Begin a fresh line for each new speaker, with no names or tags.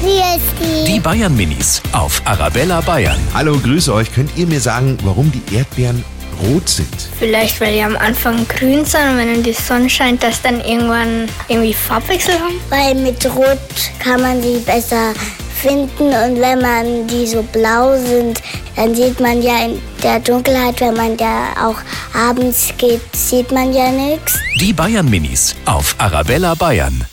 Christi.
Die Bayern Minis auf Arabella Bayern.
Hallo, grüße euch. Könnt ihr mir sagen, warum die Erdbeeren rot sind?
Vielleicht, weil die am Anfang grün sind und wenn dann die Sonne scheint, dass dann irgendwann irgendwie Farbwechsel haben.
Weil mit Rot kann man sie besser finden und wenn man die so blau sind, dann sieht man ja in der Dunkelheit, wenn man da auch abends geht, sieht man ja nichts.
Die Bayern Minis auf Arabella Bayern.